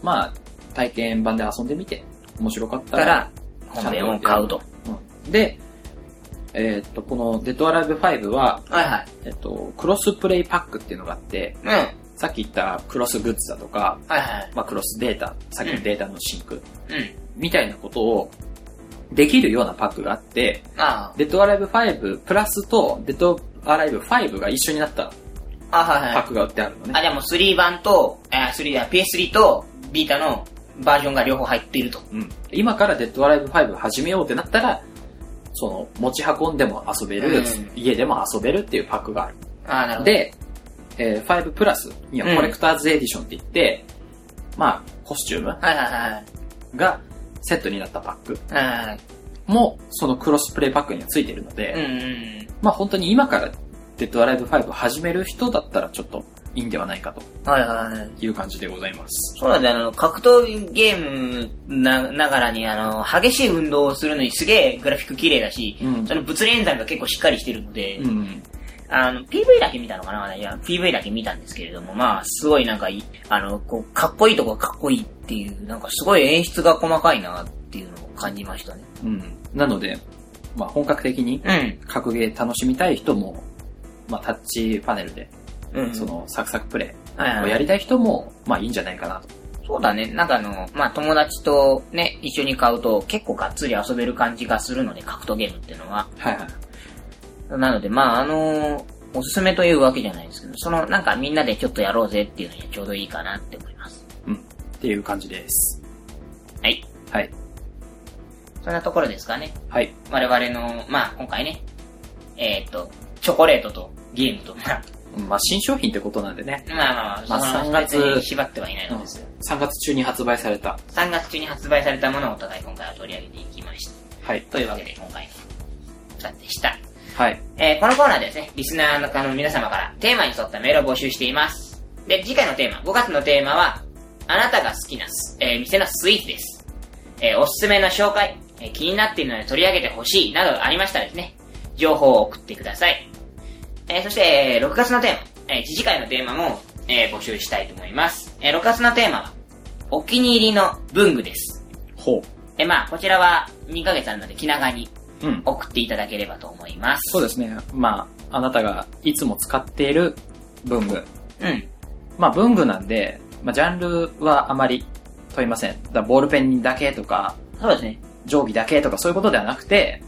Speaker 3: まあ、体験版で遊んでみて、面白かった、
Speaker 2: だからら、本編を買うと。
Speaker 3: うんで、えっと、このデッドアライブ5は、
Speaker 2: はいはい。
Speaker 3: えっと、クロスプレイパックっていうのがあって、
Speaker 2: うん。はい
Speaker 3: さっき言ったクロスグッズだとか、
Speaker 2: はい。
Speaker 3: まあ、クロスデータ、さっきのデータのシンク
Speaker 2: うん。
Speaker 3: みたいなことをできるようなパックがあって、
Speaker 2: あ
Speaker 3: デッドアライブ5プラスとデッドアライブ5が一緒になった
Speaker 2: あ。あ、はい
Speaker 3: パックが売ってあるのね。
Speaker 2: あ、じゃあもう3版と、えー、3だ、PS3 とビータのバージョンが両方入っていると。
Speaker 3: うん、今からデッドアライブ5始めようってなったら、その持ち運んでも遊べる、
Speaker 2: うん
Speaker 3: 家でも遊べるっていうパックがある。
Speaker 2: ああ、なるほど。
Speaker 3: で、えー5プラスにはコレクターズエディションって言って、まあ、コスチューム
Speaker 2: はいはいはい
Speaker 3: がセットになったパック
Speaker 2: はい。はい
Speaker 3: も、そのクロスプレイパックにはついてるので、
Speaker 2: うんうん
Speaker 3: まあ本当に今からデッドアライブ5始める人だったらちょっといいんではないかと
Speaker 2: うん。はいはいはい。
Speaker 3: いう感じでございます。
Speaker 2: そうなんだよ、あの、格闘ゲームな、ながらに、あの、激しい運動をするのにすげえグラフィック綺麗だし、
Speaker 3: うん
Speaker 2: その物理演算が結構しっかりしてるので、
Speaker 3: うん。
Speaker 2: あの、PV だけ見たのかないや、PV だけ見たんですけれども、まあ、すごいなんかい、あの、こう、かっこいいとこがかっこいいっていう、なんかすごい演出が細かいなっていうのを感じましたね。
Speaker 3: うん。なので、まあ本格的に
Speaker 2: うん。
Speaker 3: 格ゲー楽しみたい人も、まあタッチパネルで、
Speaker 2: うん。
Speaker 3: そのサクサクプレ
Speaker 2: はい
Speaker 3: イ
Speaker 2: は
Speaker 3: を
Speaker 2: い
Speaker 3: やりたい人も、まあいいんじゃないかなと。
Speaker 2: そうだね。なんかあの、まあ、友達とね、一緒に買うと結構がっつり遊べる感じがするので、格闘ゲームっていうのは。
Speaker 3: はいはい。
Speaker 2: なので、まあ、あのおすすめというわけじゃないですけど、その、なんかみんなでちょっとやろうぜっていうのにはちょうどいいかなって思います。
Speaker 3: うん。っていう感じです。
Speaker 2: はい。
Speaker 3: はい。
Speaker 2: そんなところですかね。
Speaker 3: はい。
Speaker 2: 我々の、まあ、今回ね、えーっと、チョコレートとゲームと、まあ、
Speaker 3: まあ新商品ってことなんでね、
Speaker 2: まあまあ、
Speaker 3: まあ
Speaker 2: そ
Speaker 3: 3
Speaker 2: の
Speaker 3: 月
Speaker 2: 別に縛ってはいないのです。
Speaker 3: 3月中に発売された、
Speaker 2: 3月中に発売されたものをお互い今回は取り上げていきました。
Speaker 3: はい。
Speaker 2: というわけで、今回の歌でした。
Speaker 3: はい。
Speaker 2: えーこのコーナーではですね、リスナーの方の皆様からテーマに沿ったメールを募集しています。で、次回のテーマ、5月のテーマは、あなたが好きなす、えー店のスイーツです。えーおすすめの紹介、えー気になっているので取り上げてほしいなどありましたらですね、情報を送ってください。えーそして、えー6月のテーマ、えー次回のテーマも、えー募集したいと思います。えー6月のテーマは、お気に入りの文具です。
Speaker 3: ほ
Speaker 2: えーまあ、こちらは2ヶ月あるので気長に
Speaker 3: う。うん。
Speaker 2: 送っていただければと思います。
Speaker 3: そうですね。まあ、あなたがいつも使っている文具。
Speaker 2: うん。
Speaker 3: まあ、文具なんで、まあ、ジャンルはあまり問いません。だからボールペンだけとか、
Speaker 2: そうですね。
Speaker 3: 定規だけとかそういうことではなくて、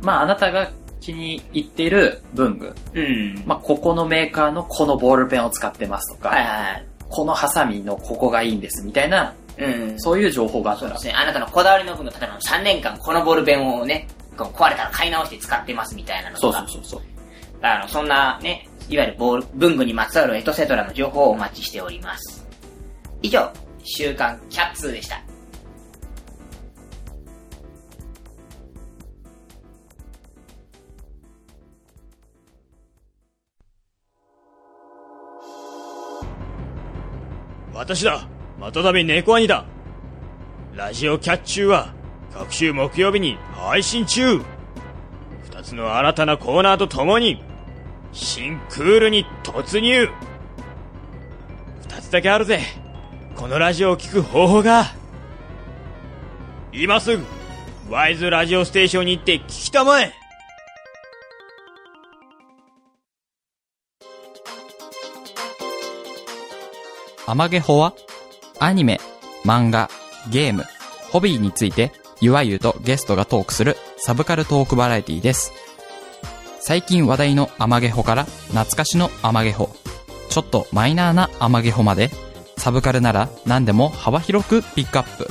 Speaker 2: う
Speaker 3: まあ、あなたが気に入っている文具。
Speaker 2: ん。うん。
Speaker 3: まあ、ここのメーカーのこのボールペンを使ってますとか、
Speaker 2: はいはい
Speaker 3: このハサミのここがいいんですみたいな、
Speaker 2: はい。うん。そう
Speaker 3: そういう情報があったら
Speaker 2: です。ね。あなたのこだわりの分の、例えば3年間このボールペンをね、こう壊れたら買い直して使ってますみたいなのと
Speaker 3: そう
Speaker 2: か。
Speaker 3: そうそうそう。
Speaker 2: あの、そんなね、いわゆるボール、文具にまつわるエトセトラの情報をお待ちしております。以上、週刊キャッツーでした。
Speaker 5: 私だ的だめ猫兄だラジオキャッチューは各週木曜日に配信中二つの新たなコーナーとともに新クールに突入二つだけあるぜこのラジオを聞く方法が今すぐワイズラジオステーションに行って聞きたまえ
Speaker 1: アマゲホはアニメ、漫画、ゲーム、ホビーについてゆわゆとゲストがトークするサブカルトークバラエティです。最近話題のアマゲホから懐かしのアマゲホ、ちょっとマイナーなアマゲホまでサブカルなら何でも幅広くピックアップ。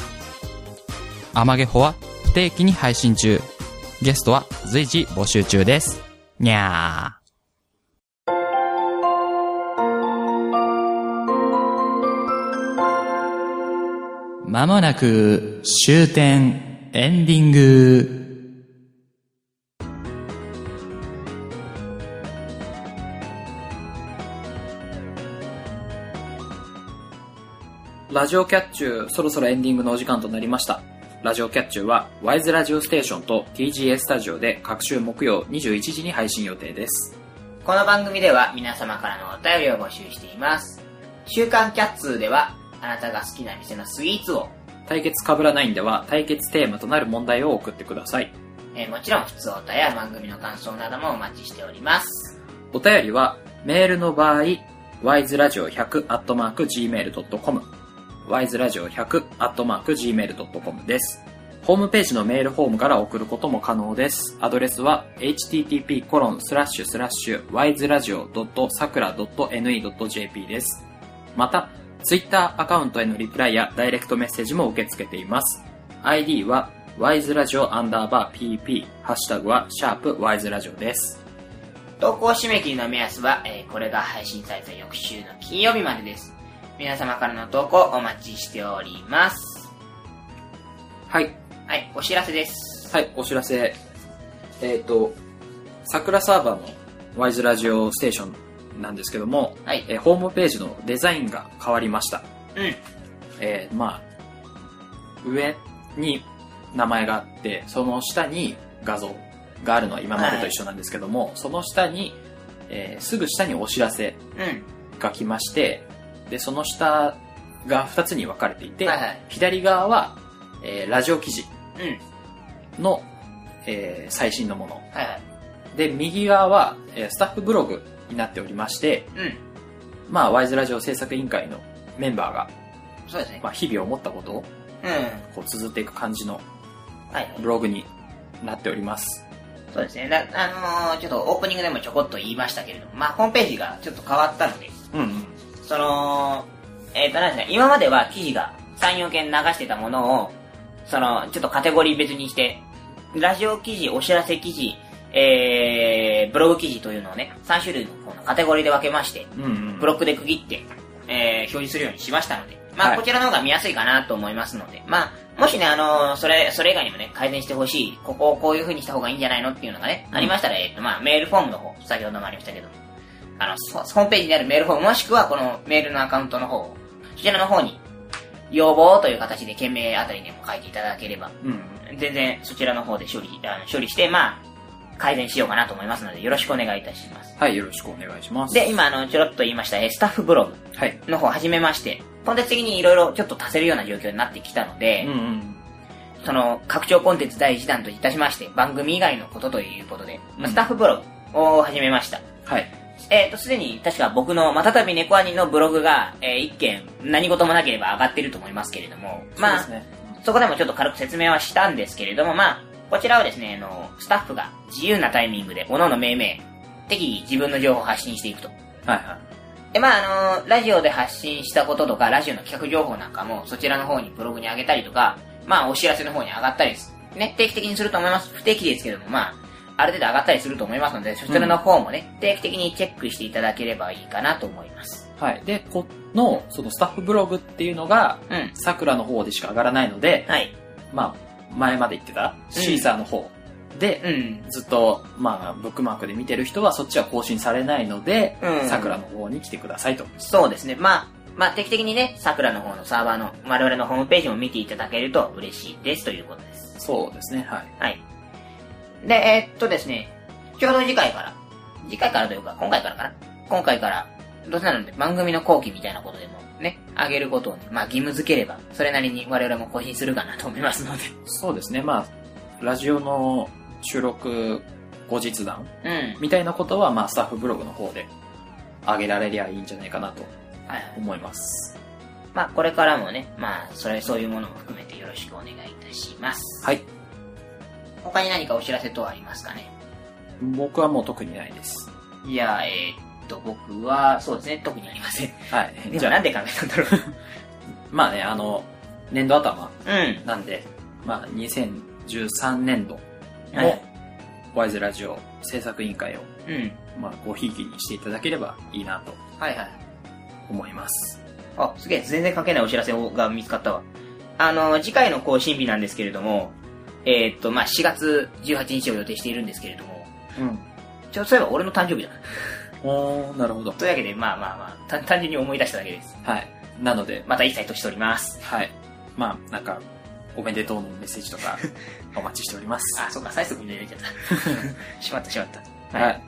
Speaker 1: アマゲホは不定期に配信中。ゲストは随時募集中です。にゃー。まもなく終点エンディング。
Speaker 3: ラジオキャッチュー、そろそろエンディングのお時間となりました。ラジオキャッチューは、ワイズラジオステーションと TGA スタジオで各週木曜21時に配信予定です。
Speaker 2: この番組では皆様からのお便りを募集しています。週刊キャッツーでは、あなたが好きな店のスイーツを、
Speaker 3: 対決かぶらないんでは、対決テーマとなる問題を送ってください。
Speaker 2: えーもちろん、普通おたや番組の感想などもお待ちしております。
Speaker 3: お便りは、メールの場合、wiseradio100-gmail.com、wiseradio100-gmail.com です。ホームページのメールフォームから送ることも可能です。アドレスは、http://wiseradio.sakura.ne.jp です。また、ツイッターアカウントへのリプライやダイレクトメッセージも受け付けています。ID は、wiseradio アンダーバー pp、ハッシュタグは、シャープ wiseradio です。
Speaker 2: 投稿締め切りの目安は、えーこれが配信された翌週の金曜日までです。皆様からの投稿お待ちしております。
Speaker 3: はい。
Speaker 2: はい、お知らせです。
Speaker 3: はい、お知らせ。えっ、と、桜サーバーのワイズラジオステーションなんですけども、
Speaker 2: はい。
Speaker 3: えーホームページのデザインが変わりました。
Speaker 2: うん。
Speaker 3: えーまあ、上に名前があって、その下に画像があるのは今までと一緒なんですけども、その下に、えーすぐ下にお知らせ
Speaker 2: うん。
Speaker 3: が来まして、で、その下が2つに分かれていて、
Speaker 2: はいはい
Speaker 3: 左側は、えーラジオ記事
Speaker 2: うん。
Speaker 3: の、えー最新のもの。
Speaker 2: はいはい。
Speaker 3: で、右側は、えースタッフブログになっておりまして、
Speaker 2: うん。
Speaker 3: まあ、ワイズラジオ制作委員会のメンバーが、
Speaker 2: そうですね。
Speaker 3: まあ、日々思ったことを、
Speaker 2: うん。
Speaker 3: こう、綴っていく感じの
Speaker 2: はいはい。
Speaker 3: ブログになっております。
Speaker 2: そうですね。だあのーちょっとオープニングでもちょこっと言いましたけれども、まあ、ホームページがちょっと変わったので、
Speaker 3: うん、うん。
Speaker 2: その、えっ、と、なんですか、今までは記事が3、4件流してたものを、その、ちょっとカテゴリー別にして、ラジオ記事、お知らせ記事、えー、ブログ記事というのをね、3種類のこのカテゴリーで分けまして、
Speaker 3: うん、うん。
Speaker 2: ブロックで区切って、えー、表示するようにしましたので、まあ、
Speaker 3: はい
Speaker 2: こちらの方が見やすいかなと思いますので、まあ、もしね、あのーそれ、それ以外にもね、改善してほしい、ここをこういう風にした方がいいんじゃないのっていうのがね、ありましたら、えっと、まあ、メールフォームの方、先ほどもありましたけど、あの、そホームページにあるメールフォーム、もしくはこのメールのアカウントの方、そちらの方に、要望という形で、件名あたりでも書いていただければ、
Speaker 3: うん。
Speaker 2: 全然そちらの方で処理、あの処理して、まあ、改善しようかなと思いますので、よろしくお願いいたします。
Speaker 3: はい、よろしくお願いします。
Speaker 2: で、今、あの、ちょろっと言いました、えースタッフブログ。
Speaker 3: はい。
Speaker 2: の方を始めまして、コンテンツ的にいろいろちょっと足せるような状況になってきたの
Speaker 3: う
Speaker 2: で、
Speaker 3: んうん。
Speaker 2: その拡張コンテンツ第1弾といたしまして、番組以外のことということで、まあ
Speaker 3: うん
Speaker 2: スタッフブログを始めました。
Speaker 3: はい。
Speaker 2: えっ、と、すでに確か僕のまたたび猫アニのブログが、え1件何事もなければ上がってると思いますけれども、まあ、
Speaker 3: そうですね。
Speaker 2: そこでもちょっと軽く説明はしたんですけれども、まあ、こちらはですね、あの、スタッフが自由なタイミングで、各々命名、適宜自分の情報を発信していくと。
Speaker 3: はいは
Speaker 2: で、まあ、あのラジオで発信したこととか、ラジオの企画情報なんかも、そちらの方にブログに上げたりとか、まあ、お知らせの方に上がったりです。ね、定期的にすると思います。不定期ですけれども、まあ、ある程度上がったりすると思いますので、そちらの方もね、定期的にチェックしていただければいいかなと思います。
Speaker 3: い。はい。で、この、そのスタッフブログっていうのが、
Speaker 2: うん。
Speaker 3: 桜の方でしか上がらないので、
Speaker 2: はい。
Speaker 3: まあ、前まで言ってた、シーサーの方で、
Speaker 2: うん。
Speaker 3: ずっと、まあ、ブックマークで見てる人はそっちは更新されないので、
Speaker 2: うん
Speaker 3: 桜の方に来てくださいと。
Speaker 2: そうですね。まあ、まあ、定期的にね、桜の方のサーバーの、我々のホームページも見ていただけると嬉しいですということです。
Speaker 3: そうですね、はい。
Speaker 2: はい。で、えーっとですね、ちょうど次回から、次回からというか、今回からかな今回から、どうせなので番組の後期みたいなことでもね、あげることをね、まあ義務付ければ、それなりに我々も更新するかなと思いますので。
Speaker 3: そうですね、まあ、ラジオの収録後日談
Speaker 2: うん。はい
Speaker 3: みたいなことは、まあ、スタッフブログの方で上げられりゃいいんじゃないかなと
Speaker 2: はい。
Speaker 3: 思います。
Speaker 2: まあこれからもね、まあそれ、そういうものも含めてよろしくお願いいたします。
Speaker 3: はい。
Speaker 2: 他に何かお知らせ等ありますかね
Speaker 3: 僕はもう特にないです。
Speaker 2: いや、えーっと、僕は、そうですね、特にありません。
Speaker 3: はい。
Speaker 2: じ
Speaker 3: じ
Speaker 2: ゃあ
Speaker 3: ゃあ
Speaker 2: なん、で考えたんだろう。
Speaker 3: まあね、あの、年度頭
Speaker 2: (laughs) うん。
Speaker 3: なんで、まあ、2013年度
Speaker 2: は
Speaker 3: の
Speaker 2: い
Speaker 3: ワイズラジオ制作委員会を、
Speaker 2: うん。
Speaker 3: まあ、ごひいきにしていただければいいなと
Speaker 2: はいはい。
Speaker 3: 思います。
Speaker 2: あ、すげえ、全然関係ないお知らせが見つかったわ。あの、次回の更新日なんですけれども、えーっと、まあ、4月18日を予定しているんですけれども、
Speaker 3: うん。
Speaker 2: ちょ、そういえば俺の誕生日だな。
Speaker 3: おー、なるほど。
Speaker 2: というわけで、まあまあまあ、単単純に思い出しただけです。
Speaker 3: はい。なので、
Speaker 2: また一切としております。
Speaker 3: はい。まあ、なんか、おめでとうのメッセージと (laughs) か、お待ちしております。
Speaker 2: あ、そうか、最速に入れち
Speaker 3: (laughs)
Speaker 2: ゃった。しまったしまった。。
Speaker 3: はい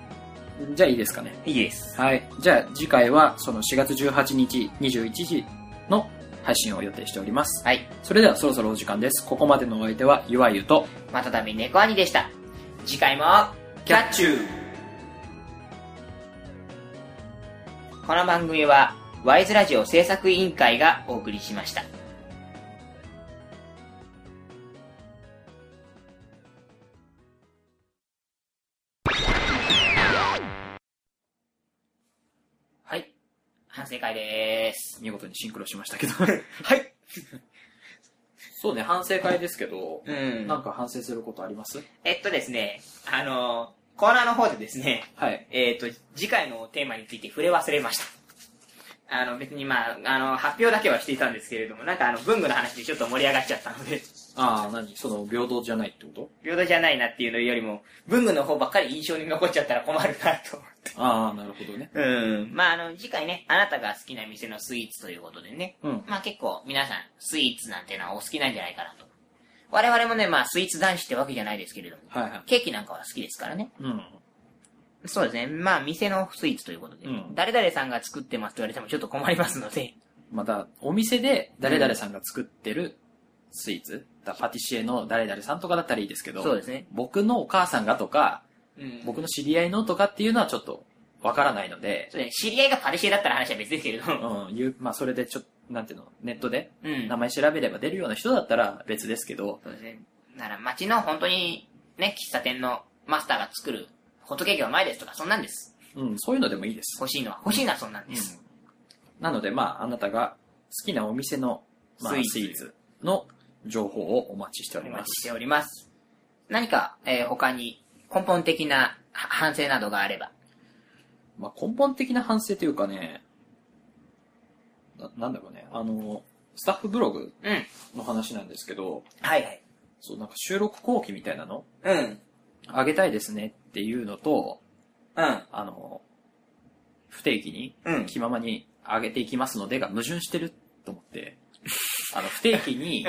Speaker 3: い。じゃあいいですかね。
Speaker 2: いいです。
Speaker 3: はい。じゃあ次回は、その4月18日21時の配信を予定しております。
Speaker 2: はい。
Speaker 3: それではそろそろお時間です。ここまでのお相手は、ゆわゆと、
Speaker 2: またたび猫兄でした。次回も、
Speaker 3: キャッチュー
Speaker 2: この番組は、ワイズラジオ制作委員会がお送りしました。はい。反省会でーす。
Speaker 3: 見事にシンクロしました (laughs) けど。はいそうね、反省会ですけど、
Speaker 2: うん
Speaker 3: なんか反省することあります
Speaker 2: えっとですね、あのーコーナーの方でですね、
Speaker 3: はい。
Speaker 2: えっ、と、次回のテーマについて触れ忘れました。あの、別にまあ、あの、発表だけはしていたんですけれども、なんかあの、文具の話でちょっと盛り上がっちゃったので、
Speaker 3: ああ、何その、平等じゃないってこと
Speaker 2: 平等じゃないなっていうのよりも、文具の方ばっかり印象に残っちゃったら困るなと思って。
Speaker 3: ああ、なるほどね。
Speaker 2: うん。まあ、あの、次回ね、あなたが好きな店のスイーツということでね。
Speaker 3: うん。
Speaker 2: まあ結構皆さん、スイーツなんてのはお好きなんじゃないかなと。我々もね、まあスイーツ男子ってわけじゃないですけれども、
Speaker 3: はいはい。
Speaker 2: ケーキなんかは好きですからね。
Speaker 3: うん。
Speaker 2: そうですね。まあ店のスイーツということで、
Speaker 3: うん
Speaker 2: 誰々さんが作ってますと言われてもちょっと困りますので、
Speaker 3: また、お店で誰々さんが作ってるスイーツ、だパティシエの誰々さんとかだったらいいですけど、
Speaker 2: そうですね。
Speaker 3: 僕のお母さんがとか、
Speaker 2: うん
Speaker 3: 僕の知り合いのとかっていうのはちょっとわからないので、
Speaker 2: そうね、知り合いがパティシエだったら話は別ですけれども。
Speaker 3: うん、ゆまあそれでちょっと、なんていうの、ネットで
Speaker 2: うん
Speaker 3: 名前調べれば出るような人だったら別ですけど、
Speaker 2: そうですね。なら、街の本当に、ね、喫茶店のマスターが作る、ホットケーキはうまいですとか、そんなんです。
Speaker 3: うん、そういうのでもいいです。
Speaker 2: 欲しいのは、欲しいのはそんなん
Speaker 3: う
Speaker 2: で
Speaker 3: ん
Speaker 2: す。
Speaker 3: なので、まあ、あなたが好きなお店の、まあ、
Speaker 2: ス
Speaker 3: スイ
Speaker 2: イーツ
Speaker 3: ーツの情報をお待ちしており
Speaker 2: お
Speaker 3: ま
Speaker 2: 待
Speaker 3: す。
Speaker 2: ちしております。何か、えー他に、根本的なは反省などがあれば。
Speaker 3: まあ、根本的な反省というかね、ななんだろうね、あの、スタッフブログ
Speaker 2: うん。
Speaker 3: の話なんですけど、
Speaker 2: はいはい。
Speaker 3: そう、なんか収録後期みたいなの
Speaker 2: うん。うん。
Speaker 3: あげたいですねっていうのと、
Speaker 2: あ
Speaker 3: あの、不定期に
Speaker 2: うん、
Speaker 3: 気ままに上げていきますのでが矛盾してると思って、あの、不定期に、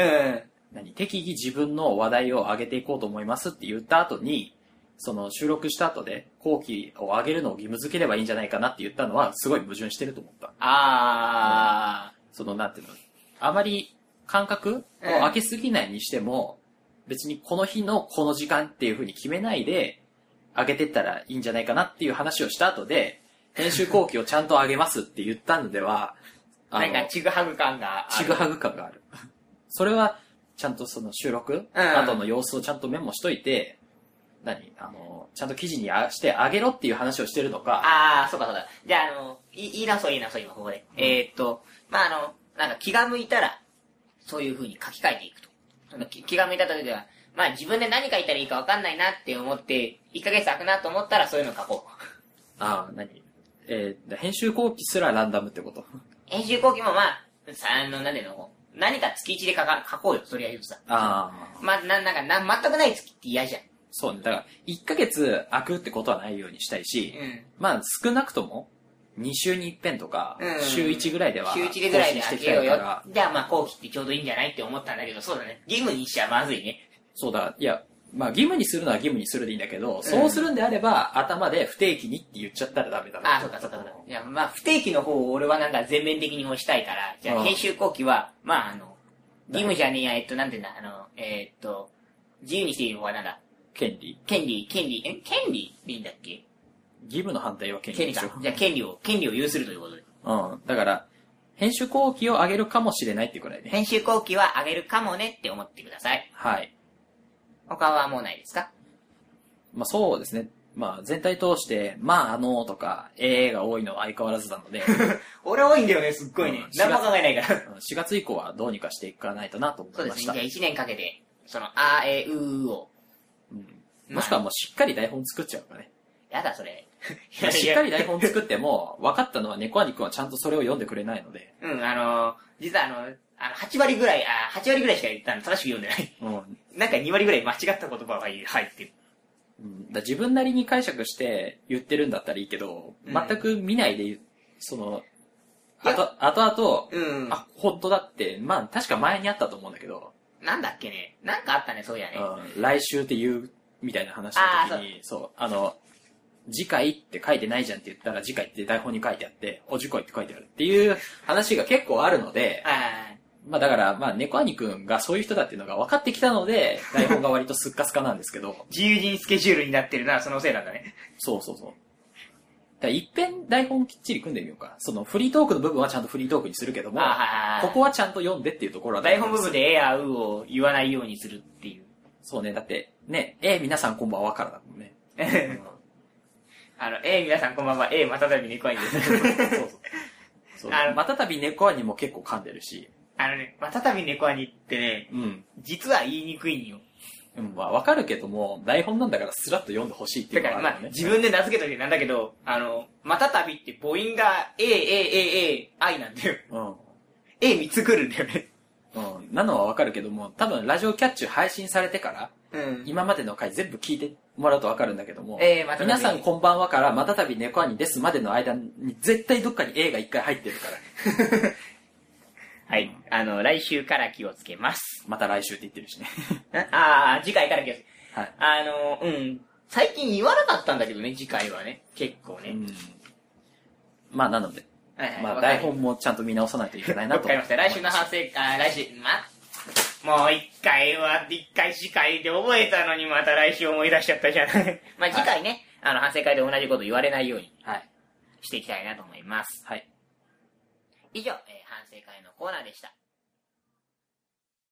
Speaker 3: 何、適宜自分の話題を上げていこうと思いますって言った後に、その収録した後で後期を上げるのを義務付ければいいんじゃないかなって言ったのはすごい矛盾してると思った。
Speaker 2: あ
Speaker 3: その、なんていうの、あまり間隔を空けすぎないにしても、別にこの日のこの時間っていう風に決めないで、上げてったらいいんじゃないかなっていう話をした後で、編集後期をちゃんと上げますって言ったのでは、
Speaker 2: ー。
Speaker 3: あ
Speaker 2: なんか
Speaker 3: の、
Speaker 2: ちぐはぐ感があ
Speaker 3: ち
Speaker 2: る。
Speaker 3: ぐはぐ感がある。それは、ちゃんとその収録、
Speaker 2: うん
Speaker 3: 後の様子をちゃんとメモしといて、何あの、ちゃんと記事にあしてあげろっていう話をしてるのか、
Speaker 2: あー、そうかそうか。じゃあ、あの、い言いなそう言いなそう、今ここで。えーっと、まあ、あの、なんか気が向いたら、そういう風に書き換えていくと。そのき気が向いた時では、まあ自分で何書いたらいいかわかんないなって思って、1ヶ月空くなと思ったらそういうの書こう。
Speaker 3: ああ、何えー編集後期すらランダムってこと。
Speaker 2: 編集後期もまあ、さあの、なんでの、何か月1で書か書こうよ、とりあえずさ。
Speaker 3: ああ。
Speaker 2: まあ、な、なんか、な、全くない月って嫌じゃん。
Speaker 3: そうね。だから、1ヶ月空くってことはないようにしたいし、
Speaker 2: うん。
Speaker 3: まあ、少なくとも、2週に1遍とか、
Speaker 2: うん
Speaker 3: 週1ぐらいでは、
Speaker 2: 週1でぐらいで開けよう
Speaker 3: 更新していきたいから
Speaker 2: よ。じゃあまあ、後期ってちょうどいいんじゃないって思ったんだけど、そうだね。義務にしちゃまずいね。
Speaker 3: そうだ、いや、まあ、義務にするのは義務にするでいいんだけど、そうするんであれば、頭で不定期にって言っちゃったらダメだな
Speaker 2: ああ、そうかそうかそうか。いや、まあ、不定期の方を俺はなんか全面的に押したいから、じゃ
Speaker 3: う
Speaker 2: あ
Speaker 3: ん
Speaker 2: 編集後期は、まあ、あの、義務じゃねえや、えっと、なんていうんだ、あの、えーっと、自由にしていい方はなんだ、
Speaker 3: 権利。
Speaker 2: 権利、権利、え権利でいいんだっけ
Speaker 3: 義務の反対は権
Speaker 2: 権
Speaker 3: 利
Speaker 2: 利
Speaker 3: でしょ
Speaker 2: か。。じゃあ権利を、権利を有するということで。
Speaker 3: うん。だから、編集後期を上げるかもしれないってくらいね。
Speaker 2: 編集後期は上げるかもねって思ってください。
Speaker 3: はい。
Speaker 2: 他はもうないですか
Speaker 3: まあ、そうですね。まあ、全体通して、まあ、あのーとか、ええーが多いのは相変わらずなの
Speaker 2: (laughs)
Speaker 3: で、
Speaker 2: 俺多いんだよね、すっご
Speaker 3: いね何も考
Speaker 2: えないから。
Speaker 3: 4月以降はどうにかしていかないとなと思
Speaker 2: そう
Speaker 3: い
Speaker 2: で
Speaker 3: ます
Speaker 2: ね。
Speaker 3: し
Speaker 2: じゃ
Speaker 3: た。
Speaker 2: あ1年かけて、その、あえうを。
Speaker 3: もしくはもうしっかり台本作っちゃうかね。
Speaker 2: やだ、それ。
Speaker 3: しっかり台本作っても、分かったのは猫アニくんはちゃんとそれを読んでくれないので、
Speaker 2: うん、あのー、実はあの、あの8割ぐらい、あ8割ぐらいしか言ったの正しく読んでない。 (laughs)
Speaker 3: うん。
Speaker 2: なんか2割ぐらい間違った言葉が入ってる。
Speaker 3: だ自分なりに解釈して言ってるんだったらいいけど、
Speaker 2: うん
Speaker 3: 全く見ないで、その、
Speaker 2: いや
Speaker 3: あと、あとあと、
Speaker 2: うん。
Speaker 3: あ、本当だって、まあ確か前にあったと思うんだけど、
Speaker 2: なんだっけね。なんかあったね、そういやね。
Speaker 3: うん来週って言うみたいな話の時に、そう、あの、次回って書いてないじゃんって言ったら、次回って台本に書いてあって、お、次回って書いてあるっていう話が結構あるので、
Speaker 2: あ
Speaker 3: まあだから、まあ、猫兄くんがそういう人だっていうのが分かってきたので、台本が割とスッカスカなんですけど
Speaker 2: ー、自由人スケジュールになってるな、そのせいなんだね。
Speaker 3: そうそうそう。だから一遍台本きっちり組んでみようか。そのフリートークの部分はちゃんとフリートークにするけども、
Speaker 2: あー
Speaker 3: ここはちゃんと読んでっていうところは
Speaker 2: 台本部分。でえやうを言わないようにするっていう。
Speaker 3: そうね、だって、ね、えー皆さんこんばんはからだもん
Speaker 2: (laughs)
Speaker 3: ね。
Speaker 2: (laughs) あの、えー、皆さんこんばんは。えー、またたびに怖いんです。 (laughs)
Speaker 3: そうそう。そう
Speaker 2: あの
Speaker 3: またたび猫兄も結構噛んでるし、
Speaker 2: あのね、またたび猫にってね、
Speaker 3: うん。
Speaker 2: 実は言いにくいんよ。
Speaker 3: うんまあ分かるけども、台本なんだからスラッと読んでほしいってい
Speaker 2: だ
Speaker 3: うの
Speaker 2: か
Speaker 3: が
Speaker 2: ら、
Speaker 3: あ
Speaker 2: まあ
Speaker 3: る、のね。
Speaker 2: 自分で名付けといてなんだけど、あの、またたびって母音が、えー、えー、えー、えー、愛なんだよ。 (laughs)
Speaker 3: うん。
Speaker 2: えー、見つくるんだよね。
Speaker 3: うん、なのはわかるけども、多分ラジオキャッチュ配信されてから、
Speaker 2: うん。
Speaker 3: 今までの回全部聞いてもらうとわかるんだけども、
Speaker 2: えーまたたび
Speaker 3: 皆さんこんばんはから、またたび猫兄ですまでの間に絶対どっかに A が一回入ってる
Speaker 2: (laughs)
Speaker 3: から、
Speaker 2: はい。あの、来週から気をつけます。
Speaker 3: また来週って言ってる
Speaker 2: (laughs)
Speaker 3: しね。
Speaker 2: ああ、次回から気をつけ
Speaker 3: はい。
Speaker 2: あの、うん。最近言わなかったんだけどね、次回はね。結構
Speaker 3: う
Speaker 2: ね。
Speaker 3: ん、まあなので、
Speaker 2: はいはい
Speaker 3: まあ
Speaker 2: わかり
Speaker 3: 台本もちゃんと見直さないといけないな
Speaker 2: わ
Speaker 3: と。
Speaker 2: かりました。来週の反省、あー来週、ま、もう一回は、一回次回で覚えたのにまた来週思い出しちゃったじゃない。まあ次回ね、あの、反省会で同じこと言われないように
Speaker 3: はい。
Speaker 2: していきたいなと思います。
Speaker 3: はい。
Speaker 2: 以上、えー反省会のコーナーでした。